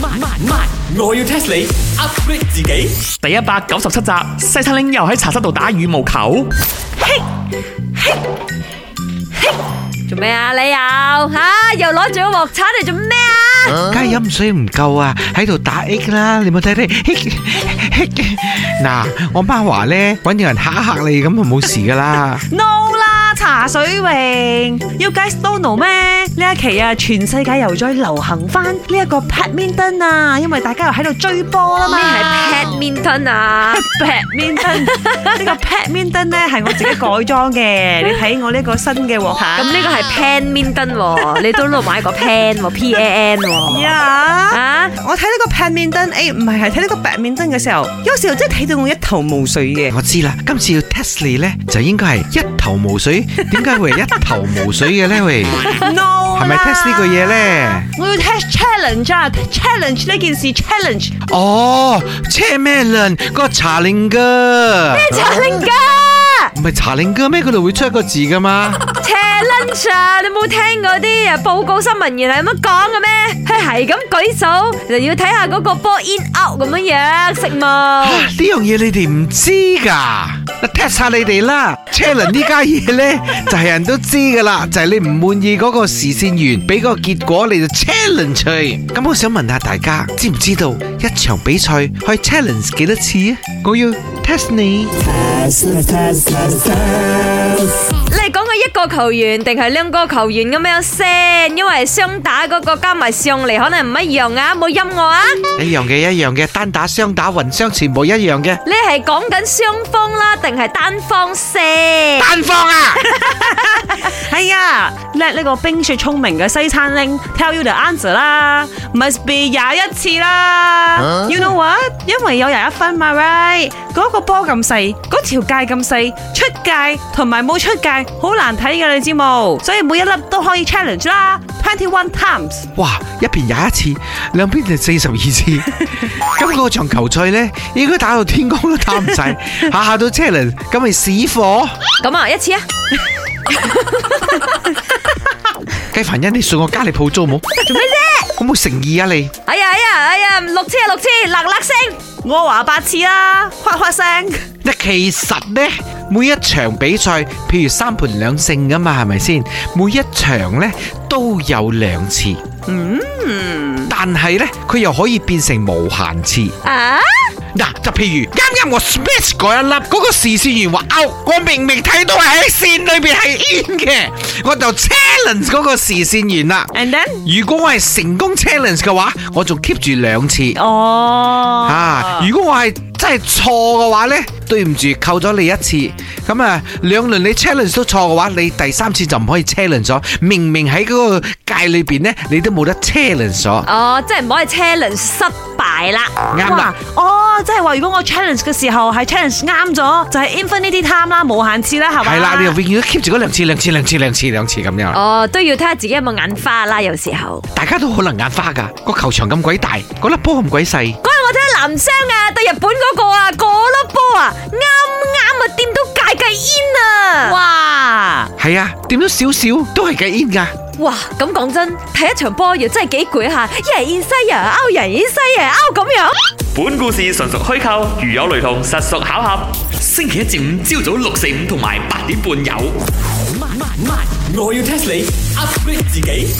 慢慢，我要 test 你 upgrade 自己。第一百九十七集，西餐拎又喺茶室度打羽毛球。做咩啊？你又吓又攞住個鑊鏟嚟做咩啊？梗係飲水唔夠啊，喺度打 A 啦，你冇睇睇？ 嗱，我媽話咧，搵人嚇一嚇你咁就冇事噶啦。 No 啦，茶水榮要 guys don't know 咩？呢一期啊，全世界又再流行翻呢一個 badminton 啊，因為大家又喺度追波啊啦嘛。哦咩哦係 badminton 啊？ badminton？呢個 badminton 咧係我自己改裝 嘅，你睇我呢個新嘅鑊咁哦下。呢個係 panminton 啊喎，你都攞買個 pan 喎，p a n 喎。呀！啊，我睇呢個 badminton，誒唔係係睇呢個 badminton 嘅時候，有時候真係睇到我一頭霧水 嘅。我知啦，今次要 test 你咧，就應該係一頭霧水。 點解會係一頭霧水嘅咧？喂， No 係咪 test 呢個嘢咧？我要 test challenge 啊！challenge 呢件事 challenge。哦，車咩輪？嗰個查令哥，查令噶唔係查令哥咩？佢度會出一個字噶嘛？ challenge 啊！你冇聽嗰啲啊報告新聞原來係咁樣講嘅咩？佢係咁舉手，就要睇下嗰個波 in out 咁樣樣，識 冇啊？呢樣嘢你哋唔知噶，嗱 test 下你哋啦。車輪呢 家嘢咧，就係人都知噶啦，就係你唔滿意嗰個視線員俾個結果，你就 challenge 佢。咁我想問下大家，知唔知道一場比賽可以 challenge 幾多次啊？我要 test 你。你係講佢一個球員定係兩個球員咁樣先？因為雙打嗰個加埋上嚟可能唔一樣啊，冇音樂啊！一樣嘅，一樣嘅，單打、雙打、混雙、全部一樣嘅。你係講緊雙方啦，定係單方先？單方啊！系啊，叻呢個冰雪聰明嘅西餐拎，tell you the answer 啦，must be 廿一次啦。You know what？因為有廿一分嘛，right？嗰個波咁細，嗰條界咁細，出界同埋冇出界好難睇嘅，你知冇？所以每一粒都可以 challenge 啦，twenty one times。哇，一邊廿一次，兩邊就四十二次。咁嗰場球賽呢，應該打到天光都打唔晒，下下都車輪，咁咪死火。咁啊，一次啊，雞凡欣，你信我加你鋪租冇？做咩啫？好冇誠意啊你！哎呀哎呀哎呀，六次啊六次，嗱嗱聲。我話八次啦，夸夸聲。嗱，其實呢，每一場比賽，譬如三盤兩勝噶嘛，係咪先？每一場呢都有兩次。嗯，但係呢，佢又可以變成無限次。啊！嗱，就譬如啱啱我 smash 嗰一粒，嗰、個視線員話 out，我明明睇到係喺線裏邊係 in 嘅，我就 challenge 嗰個視線員啦。 And then，如果我係成功 challenge 嘅話，我仲 keep 住兩次。哦，啊！如果我係真係錯嘅話呢，對唔住，扣咗你一次。咁啊，兩輪你 challenge 都錯嘅話，你第三次就唔可以 challenge 咗。明明喺嗰個界裏邊呢，你都冇得 challenge 咗。哦，即係唔可以 challenge 失敗啦。啱啦哇！，哦，即係話如果我 challenge 嘅時候係 challenge 啱咗，就係 infinity time 啦，無限次啦，係咪？係啦，你就永遠都 keep 住嗰兩次、兩次、兩次、兩次、兩次咁樣。哦，都要睇下自己有冇眼花啦，有時候。大家都可能眼花噶，個球場咁鬼大，嗰粒波咁鬼細。嗰日我睇男雙啊，對日本嗰個啊，嗰粒波啊，啱啱啊掂到界界煙啊！哇哇！係啊，掂咗少少都係計 in 噶。哇，咁講真，睇一場波又真係幾攰下，一人 in 西人 out，人 in 西人 out 咁樣。本故事純屬虛構，如有雷同，實屬巧合。星期一至五朝早六四五同埋八點半有。慢慢，我要 test 你 upgrade 自己。